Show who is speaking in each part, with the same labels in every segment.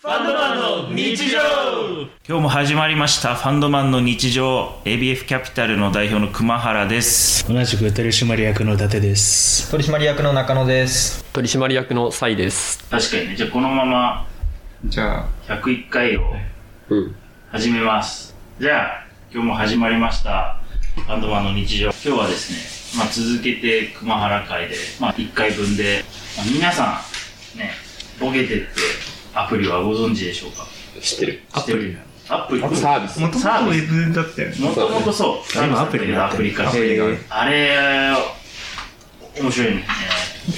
Speaker 1: ファンドマンの日常今日も始まりましたファンドマンの日常 ABF キャピタルの代表の熊原です
Speaker 2: 同じく取締役の伊達です
Speaker 3: 取締役の中野です
Speaker 4: 取締役のサイです
Speaker 1: 確かにねじゃあこのまま
Speaker 3: じゃあ
Speaker 1: 101回を
Speaker 4: うん
Speaker 1: 始めますじゃあ今日も始まりましたファンドマンの日常今日はですね、まあ、続けて熊原会で、まあ、1回分で、まあ皆さんねボゲテってアプリはご存知でしょうか
Speaker 4: 知ってる
Speaker 1: アプリアプリ
Speaker 4: サービス
Speaker 3: もともとウェブだったよね
Speaker 1: もともとそう、
Speaker 2: 今アプリにな
Speaker 1: ア
Speaker 2: ってる
Speaker 1: プリ化し
Speaker 3: アプ
Speaker 1: て
Speaker 3: リがある
Speaker 1: あれ、面白いね。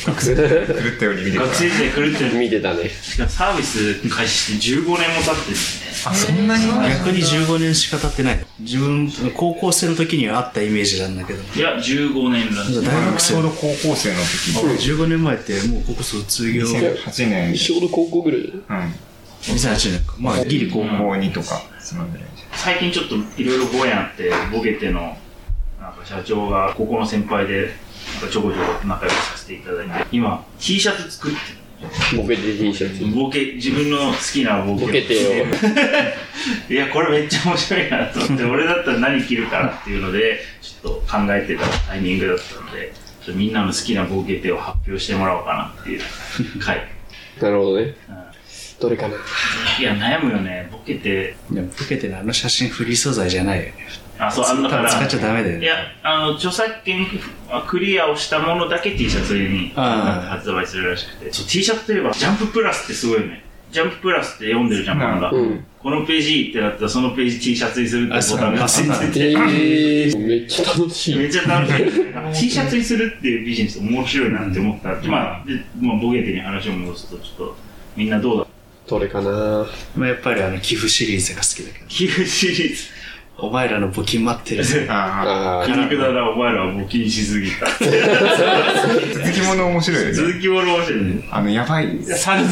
Speaker 3: 狂ったように見て
Speaker 1: 学生時代狂ってる。
Speaker 4: 見てたね
Speaker 1: しかもサービス開始して15年も経ってるんですね。
Speaker 3: あそんなに
Speaker 2: 逆に15年しか経ってないの自分高校生の時にはあったイメージなんだけど
Speaker 1: いや、15年だね。
Speaker 2: 大学
Speaker 3: ちょ
Speaker 2: 生
Speaker 3: う
Speaker 2: の
Speaker 3: ど高校生の時
Speaker 2: 15年前ってもうここ卒業2008
Speaker 3: 2008年
Speaker 4: ちょうど高校ぐらいだね
Speaker 3: う
Speaker 2: 年かまあギリ高校
Speaker 3: ん高2とかそのぐらいじ
Speaker 1: 最近ちょっといろいろぼやんって、ボケての、なんか社長が高校の先輩で、なんかちょこちょこ仲良くさせていただいて、今、T シャツ作って
Speaker 4: ボケて T シャツ
Speaker 1: る。ボケ、自分の好きなボケを
Speaker 4: ボケてよ
Speaker 1: いや、これめっちゃ面白いなと思って、俺だったら何着るかなっていうので、ちょっと考えてたタイミングだったので、ちょっとみんなの好きな冒険手を発表してもらおうかなっていう回。
Speaker 4: なるほどね
Speaker 1: うん
Speaker 4: どれかない
Speaker 1: や、悩むよね。ボケて、
Speaker 2: でも受けてるあの写真フリー素材じゃないよね
Speaker 1: あ、そう、あんだから、
Speaker 2: 使っちゃダメだよ
Speaker 1: い
Speaker 2: ね
Speaker 1: や、あの、著作権クリアをしたものだけ T シャツに発売するらしくて、そう T シャツといえば、ジャンププラスってすごいよね。ジャンププラスって読んでるじゃん、漫画。
Speaker 4: うん
Speaker 1: このページいいってなったら、そのページ T シャツにするってボタンが
Speaker 2: あそうなん
Speaker 1: つ
Speaker 2: だ
Speaker 1: いてて
Speaker 4: えー、めっちゃ楽しい
Speaker 1: めっちゃ楽しい。なんか T シャツにするっていうビジネス面白いなって思った。まあ、で、まあ、ボケてに話を戻すと、ちょっと、みんなどうだ
Speaker 4: どれかな
Speaker 2: まあやっぱりあの寄付シリーズが好きだけど
Speaker 1: 寄付シリーズ。
Speaker 2: お前らの募金待ってる ぜ
Speaker 3: ゃんああ
Speaker 4: あ
Speaker 1: 皮肉だな、お前らは募金しすぎ た。
Speaker 3: 続きもの面白いよね
Speaker 1: 続きも面白いね。
Speaker 3: あのやばい
Speaker 1: 散々、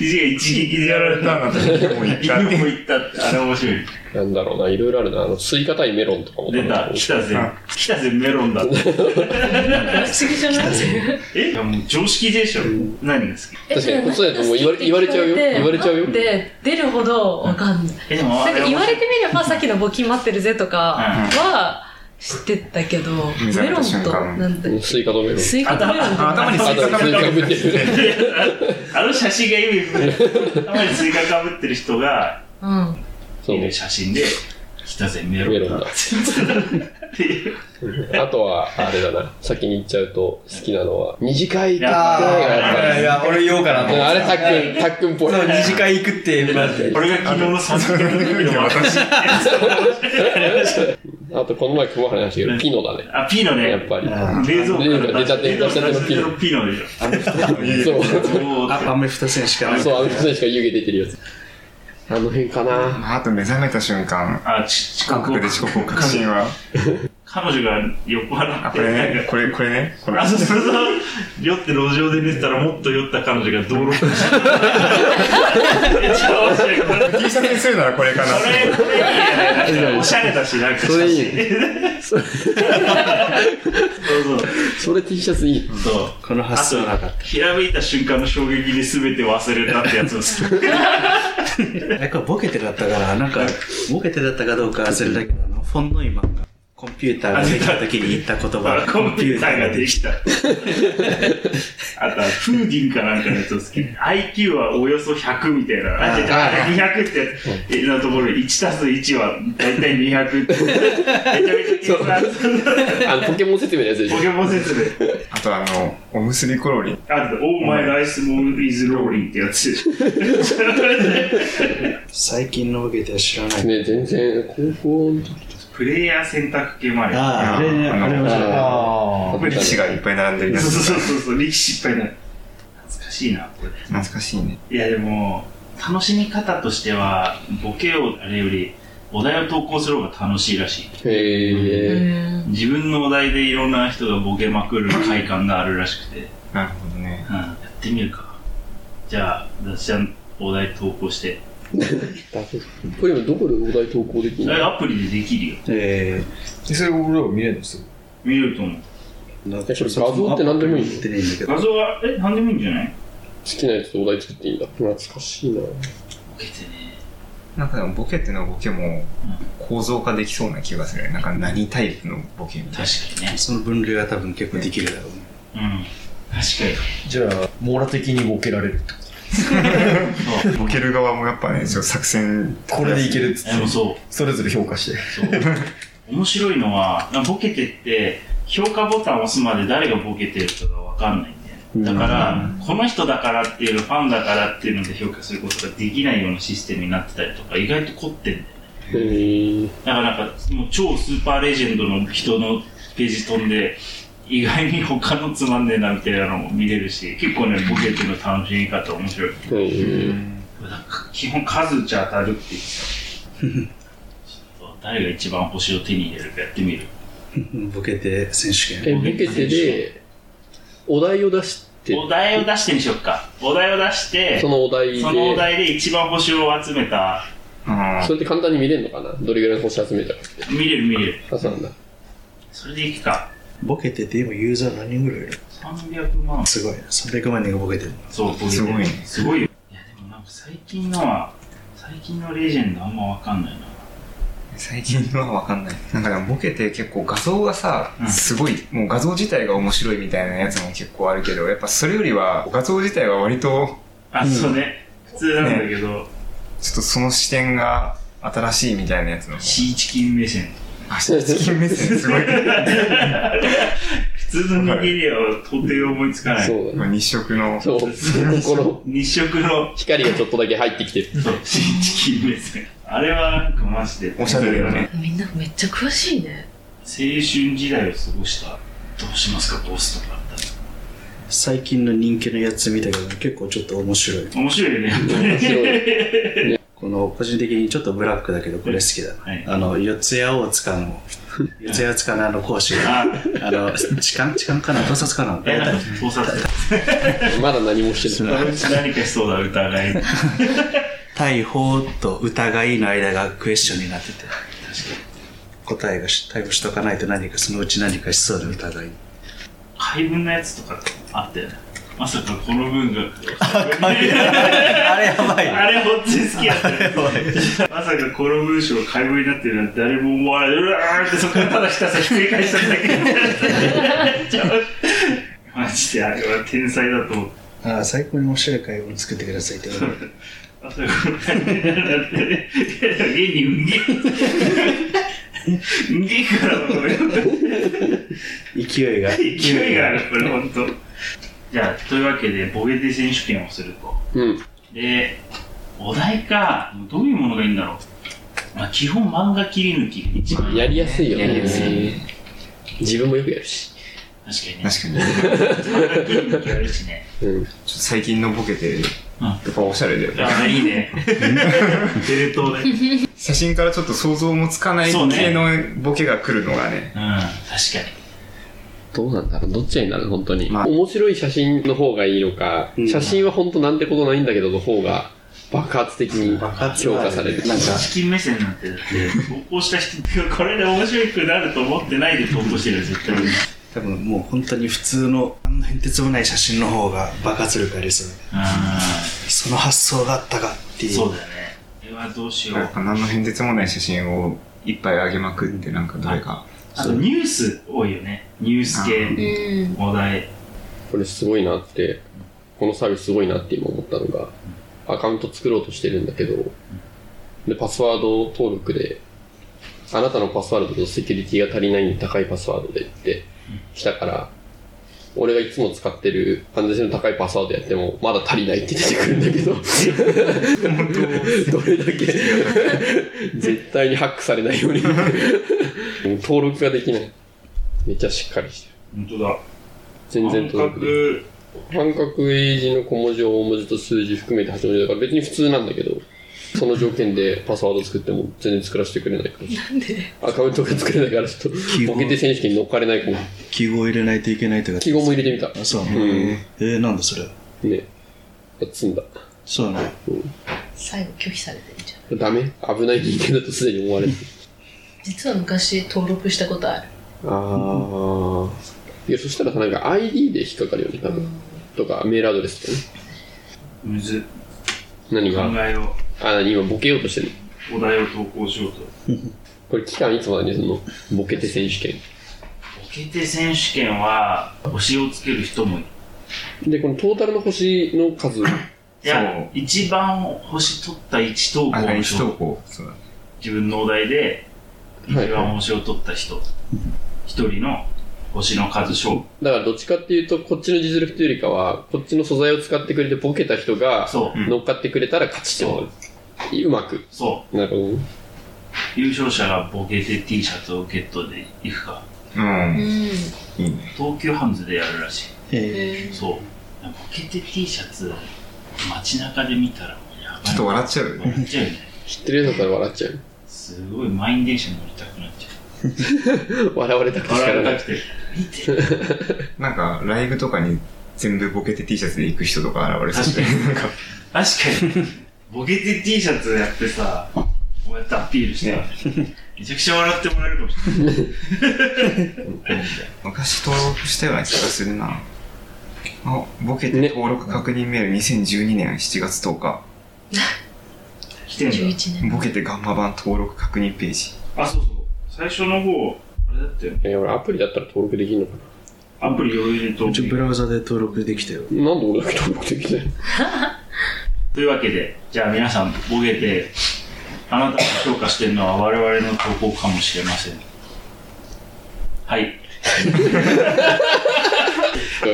Speaker 1: 一撃でや られたなって。
Speaker 3: もう一
Speaker 1: 犬
Speaker 3: 回
Speaker 1: も行ったって、あれ面白い。
Speaker 4: ーなんだろうないろいろあるなあのスイカ対メロンとかも
Speaker 1: 出 た、
Speaker 4: 楽し
Speaker 1: 来
Speaker 4: い
Speaker 1: たぜ、来たぜ、メロンだって。
Speaker 5: 不思議じゃない
Speaker 1: えいやもう常識でしょ。何が好き
Speaker 4: 確かにこっちだともう言われ言われちゃうよ言われちゃうよ
Speaker 5: で出るほどわかんない、
Speaker 1: え、でも、
Speaker 5: なんか言われ
Speaker 1: て
Speaker 5: てみればさっきの募金待ってるぜとかは知ってたけど、
Speaker 3: ん
Speaker 5: メロンとなんだ
Speaker 4: スイカとメロン
Speaker 5: スイカとメロンと
Speaker 3: 頭にスイ
Speaker 4: あと
Speaker 3: カかぶ
Speaker 4: スイカぶってる
Speaker 1: あの写真が意味不明。あんまり追加かぶってる人が、
Speaker 5: うん
Speaker 4: そう
Speaker 1: いる写真で、来たぜ、メロ
Speaker 4: メ
Speaker 1: ン
Speaker 4: ロン
Speaker 1: だ
Speaker 4: だ
Speaker 1: っていう。
Speaker 4: あとはあれだな先に言っちゃうと好きなのは二次会行ったーがやっぱり
Speaker 6: いや、俺言おうかなと
Speaker 4: うん
Speaker 6: 思っ
Speaker 4: あ
Speaker 6: て
Speaker 4: れたっくんたっくんっぽい
Speaker 6: そう、二次会行くって、マジで。
Speaker 1: 俺が昨日の散歩の時の 私。
Speaker 4: あと、この前、熊原の話だけど、ピノだね。
Speaker 1: あ、ピーノね。
Speaker 4: やっぱり。
Speaker 1: 冷蔵庫から
Speaker 4: 冷蔵庫から出たて
Speaker 1: 出たてのピーノでしょ。
Speaker 4: そう。
Speaker 1: そう
Speaker 2: あアメフト選手かな
Speaker 4: そう、あの人しか湯気出てるやつ。あの辺かな。
Speaker 3: まああと目覚めた瞬間
Speaker 1: あ、ち遅
Speaker 3: 韓
Speaker 1: 刻
Speaker 3: 国
Speaker 1: を
Speaker 3: で遅刻を確信は
Speaker 1: 彼女が酔っ払
Speaker 3: あ
Speaker 1: っ
Speaker 3: こ
Speaker 1: て、
Speaker 3: れ
Speaker 1: なん
Speaker 3: ね
Speaker 1: か
Speaker 3: これこれねこれ
Speaker 1: あ、そうそうそう。酔って路上で寝てたら、もっと酔った彼女が道路に。 めっちゃ面白い。これ、こ
Speaker 3: T シャツにするならこれかな
Speaker 1: れ、これいいよねなんかおしゃれだし、なんか。
Speaker 4: それいい。
Speaker 1: そうそう。
Speaker 4: それ T シャツいい。
Speaker 1: そう。
Speaker 2: この
Speaker 1: あ
Speaker 2: 発
Speaker 1: と
Speaker 2: 想なかっ、
Speaker 1: ひらめいた瞬間の衝撃で全て忘れたってやつです。
Speaker 2: たやっぱボケてだったからなんかボケてだったかどうか忘れたけどあのフォンノイマンがコンピューターができた時に言った言葉
Speaker 1: コンピューターができ た。あとは、フーディンかなんかのやつを好き。IQ はおよそ100みたいな。あ、違う違うあれ200ってやつ。のところ、1たす1はだいたい200って。めちゃめちゃ計算する
Speaker 4: あの、ポケモン説明のやつでしょ
Speaker 1: ポ。ケモン説明。
Speaker 3: あとあのおむすびコロリ
Speaker 1: あと、オーマイライスモールイズローリンってやつ。
Speaker 2: 最近のボケては知らない
Speaker 4: ね、全然、高校の時
Speaker 1: プレイヤー選択系まで。
Speaker 2: あああれね
Speaker 3: あの
Speaker 2: あれは
Speaker 6: あ
Speaker 4: あったね
Speaker 3: 力士がいっぱい並んでるや
Speaker 1: そう
Speaker 3: つ
Speaker 1: そうそうそう、力士いっぱいない。懐かしいな、これ。
Speaker 3: 懐かしいね
Speaker 1: いやでも楽しみ方としてはボケをあれよりお題を投稿する方が楽しいらしい
Speaker 5: うん
Speaker 4: へえ。
Speaker 1: 自分のお題でいろんな人がボケまくる快感があるらしくて、
Speaker 3: なるほどね
Speaker 1: うん、やってみるかじゃあ私はお題投稿して
Speaker 4: これ今、どこでお題投稿でき
Speaker 1: あ
Speaker 4: る
Speaker 1: れ
Speaker 4: の
Speaker 1: アプリでできるよ
Speaker 2: え
Speaker 6: それ俺ら見れるんですよ。
Speaker 1: 見れると思う
Speaker 2: え
Speaker 4: えそれ画像って何でもいいの
Speaker 2: ってないんだけど
Speaker 1: 画像はえ何でもいいんじゃない
Speaker 4: きなやつでお題作っていいんだ。懐かしいな。
Speaker 1: ボケてね。
Speaker 3: なんかでもボケってのボケも構造化できそうな気がするね。なんか何タイプのボケみたい
Speaker 1: 確かにね。
Speaker 2: その分類は多分結構できるだろうね。
Speaker 1: うん。確
Speaker 6: じゃあ、網羅的にボケられるってこ
Speaker 1: かに。
Speaker 3: な。ボケる側もやっぱね、ちょっと作戦。
Speaker 6: と。これでいけるっつって
Speaker 1: そう。でもそう。
Speaker 6: それぞれ評価して。
Speaker 1: そう面白いのは、なんかボケてって、評価ボタンを押すまで誰がボケてるかがわかんないんだよね。だから、この人だからっていうの、ファンだからっていうので評価することができないようなシステムになってたりとか、意外と凝ってんだよね。
Speaker 4: えー、
Speaker 1: だからなんか、もう超スーパーレジェンドの人のページ飛んで、意外に他のつまんねえなみたいなのも見れるし、結構ね、ボケての楽しみ方面白い。
Speaker 4: えー、
Speaker 1: なんか基本数じゃ当たるって言ってた ちょっと誰が一番星を手に入れるかやってみる
Speaker 2: ボケて選手
Speaker 4: え、
Speaker 2: 権。
Speaker 4: ボケてで、お題を出して、
Speaker 1: お題を出してにしよっかお題を出して
Speaker 4: そ
Speaker 1: その
Speaker 4: のお題で、
Speaker 1: お題で一番星を集めた
Speaker 3: あ
Speaker 4: それって簡単に見れるのかなどれぐらいの星集めたかって。
Speaker 1: 見れる見れる
Speaker 4: あ、そうなんだ。
Speaker 1: それでいくか
Speaker 2: ボケてて今ユーザー何人ぐらいいる
Speaker 1: 300万
Speaker 2: すごい。300万人がボケてる。
Speaker 1: そうボケてる
Speaker 3: すごいね
Speaker 1: すごいよいやでもなんか最近のは最近のレジェンドあんま分かんないな
Speaker 3: ー最近のはわかんない。なんかでもボケて結構画像がさ
Speaker 1: う、ん
Speaker 3: すごい、もう画像自体が面白いみたいなやつも結構あるけど、やっぱそれよりは画像自体は割と、
Speaker 1: あ、そうね普通なんだけど、
Speaker 3: ちょっとその視点が新しいみたいなやつ の。
Speaker 1: シーチキン目 線
Speaker 3: あ、チキン目線すごい。
Speaker 1: 普通の握りは到底思いつかない
Speaker 4: そうだね。
Speaker 3: 日食の。
Speaker 4: そう。この
Speaker 1: 日食の
Speaker 4: 光がちょっとだけ入ってきてる。
Speaker 1: そう、新チキンですね。あれはなんかマジで。
Speaker 3: おしゃれだよね。
Speaker 5: みんなめっちゃ詳しいね。
Speaker 1: 青春時代を過ごした、どうしますか、ボスとかあったら
Speaker 2: 最近の人気のやつ見たけど、結構ちょっと面白い。
Speaker 1: 面白いよね、やっぱ
Speaker 4: 面白い。
Speaker 2: この、個人的にちょっとブラックだけど、これ好きだな。
Speaker 1: はい
Speaker 2: あの、四谷大塚の、四谷大塚のあの講師が、
Speaker 1: り。
Speaker 2: あの、痴漢痴漢かな盗撮かな
Speaker 1: あ、え、なんか、盗撮。
Speaker 4: まだ何もしてない。
Speaker 1: 何かしそうだ、疑い。確か
Speaker 2: 逮捕と疑いの間がクエスチョンになってて、答えがし、逮捕しとかないと何か、そのうち何かしそうで疑い。
Speaker 1: に。怪文のやつとかあったよね。まさかこの文が。
Speaker 6: あれやばい。
Speaker 1: あれ、本当に好きやったよ。まさかこの文章が怪文になってるなんて誰も思わない。うわーってそこからただひたすらひっくり返しただけになっちゃう。マジであれは天才だと思った。
Speaker 2: ああ、最高に面白い会を作ってくださいって言われる。
Speaker 1: あそういうことになってね現にうんげうんげからのこれ
Speaker 2: 勢いが。
Speaker 1: 勢いがあるこれ本当じゃあというわけでボゲテ選手権をすると
Speaker 4: うん。
Speaker 1: でお題かどういうものがいいんだろう、まあ、基本漫画切り抜きが一番いい
Speaker 4: やりやすいよ
Speaker 1: やりやすい
Speaker 4: ね。自分もよくやるし。
Speaker 1: 確かにね
Speaker 3: 確かに。ちょっ
Speaker 1: 漫画切り抜きあるしね
Speaker 4: うん。
Speaker 3: と最近のボケて、やっぱおしゃれだよね。
Speaker 1: ああいいねテレ東でうん
Speaker 3: 写真からちょっと想像もつかない
Speaker 1: そうね
Speaker 3: 系のボケが来るのがね。
Speaker 1: 確か
Speaker 4: どうなんだろうどっちになる本当に。
Speaker 3: まあ
Speaker 4: 面白い写真の方がいいのか、
Speaker 2: うん
Speaker 4: 写真は本当なんてことないんだけどの方が爆発的に評価される。
Speaker 2: なんか、
Speaker 1: に資金目線なんてだって投稿した人これで面白くなると思ってないで投稿してるよ絶対に
Speaker 2: 多分もう本当に普通の、あんなに鉄もない写真の方が爆発力ありそう
Speaker 1: あ
Speaker 2: その発想があったかっ
Speaker 1: ー
Speaker 2: ていう。
Speaker 1: そうだよね。これはどうしよ
Speaker 3: や
Speaker 1: う
Speaker 3: っ。ぱ何の変哲もない写真をいっぱい上げまくって、なんかどれか。
Speaker 1: あとニュース多いよね。ニュース
Speaker 5: う
Speaker 1: 系、
Speaker 5: ん。
Speaker 1: お題。
Speaker 4: これすごいなって、このサービスすごいなって今思ったのが、アカウント作ろうとしてるんだけど、で、パスワード登録で、あなたのパスワードとセキュリティが足りないんで高いパスワードでって来たから、俺がいつも使ってる安全性の高いパスワードやっても、まだ足りないって出てくるんだけど、どれだけ、絶対にハックされないように、登録ができない。めっちゃしっかりしてる。
Speaker 1: 本当だ。
Speaker 4: 全然登
Speaker 1: 感
Speaker 4: 録できない。
Speaker 1: 覚。
Speaker 4: 半角英字の小文字を大文字と数字含めて8文字だから別に普通なんだけど、その条件でパスワード作っても全然作らせてくれないから、
Speaker 5: なんで
Speaker 4: アカウントが作れないからちょっ
Speaker 2: 記
Speaker 4: と
Speaker 2: 号
Speaker 4: ボケて選手権に乗っかれないかも。
Speaker 2: 記号入れないといけないとか。
Speaker 4: 記号も入れてみた。
Speaker 2: あ、そう。
Speaker 4: ん
Speaker 2: えー、なんだそれ。
Speaker 4: ね。積んだ。
Speaker 2: そうなの。
Speaker 5: 最後拒否されてるじゃん。
Speaker 4: ダメ危ない人間だとすでに思われてる。
Speaker 5: 実は昔登録したことある。
Speaker 4: あー。いや、そしたらさ、なんか ID で引っかかるよね、多分。とか、メールアドレスとかね。
Speaker 1: むず
Speaker 4: 何
Speaker 1: 考
Speaker 4: が、
Speaker 1: えを
Speaker 4: あ、何今ボケようとしてるの
Speaker 1: お題を投稿しようと
Speaker 4: これ期間いつまでにその、ボケて選手
Speaker 1: ボケて選手権は星をつける人もいる
Speaker 4: 権。で、このトータルの星の数、
Speaker 1: いや
Speaker 3: そう
Speaker 1: 一番星取った1投稿
Speaker 3: あ、
Speaker 1: の
Speaker 3: 一
Speaker 1: 人
Speaker 3: 投稿。そうだ。
Speaker 1: 自分のお題で一
Speaker 4: はい
Speaker 1: 番星を取った人一、人の星の数勝負
Speaker 4: だからどっちかっていうと、こっちの実力というよりかは、こっちの素材を使ってくれてボケた人が、
Speaker 1: そう、
Speaker 3: ん
Speaker 4: 乗っかってくれたら勝ちってことうまく。
Speaker 1: そ
Speaker 4: なるほどね。
Speaker 1: う優勝者がボケて T シャツをゲットでいくか
Speaker 3: うん。
Speaker 5: うん。
Speaker 3: いいね。
Speaker 1: 東急ハンズでやるらし
Speaker 2: え
Speaker 5: へ
Speaker 1: いそうボケて T シャツ街中で見たらもうやばい
Speaker 3: ちょっと笑っちゃうよね。
Speaker 1: 笑っちゃうよね
Speaker 4: 知ってるやつだったら笑っちゃう。
Speaker 1: すごい満員電車に乗りたくなっちゃ
Speaker 4: 笑われたくて
Speaker 1: う
Speaker 4: しか
Speaker 1: 笑い
Speaker 4: な
Speaker 1: た
Speaker 4: い。
Speaker 1: くて見て
Speaker 3: なんか、ライブとかに全部ボケて T シャツで行く人とか現れ そうで、なんか、
Speaker 1: 確かにボケて T シャツやってさこうやってアピールして、めちゃくちゃ笑ってもらえるかもしれない
Speaker 3: 昔登録したような気がするな。あ、ボケて登録確認メール2012年7月10日。
Speaker 1: 来てんだ
Speaker 5: 十一年。
Speaker 3: ボケてガンマ版登録確認ページ。
Speaker 1: あ、そうそう。最初の方、あれだったよね。
Speaker 4: えー俺アプリだったら登録できるのか
Speaker 1: アプリよろいろと
Speaker 2: う。ちブラウザで登録できたよ。
Speaker 4: ななんで俺だけ登録できない
Speaker 1: というわけで、じゃあ皆さん、ボケて、あなたが評価してるのは我々の投稿かもしれません。はい。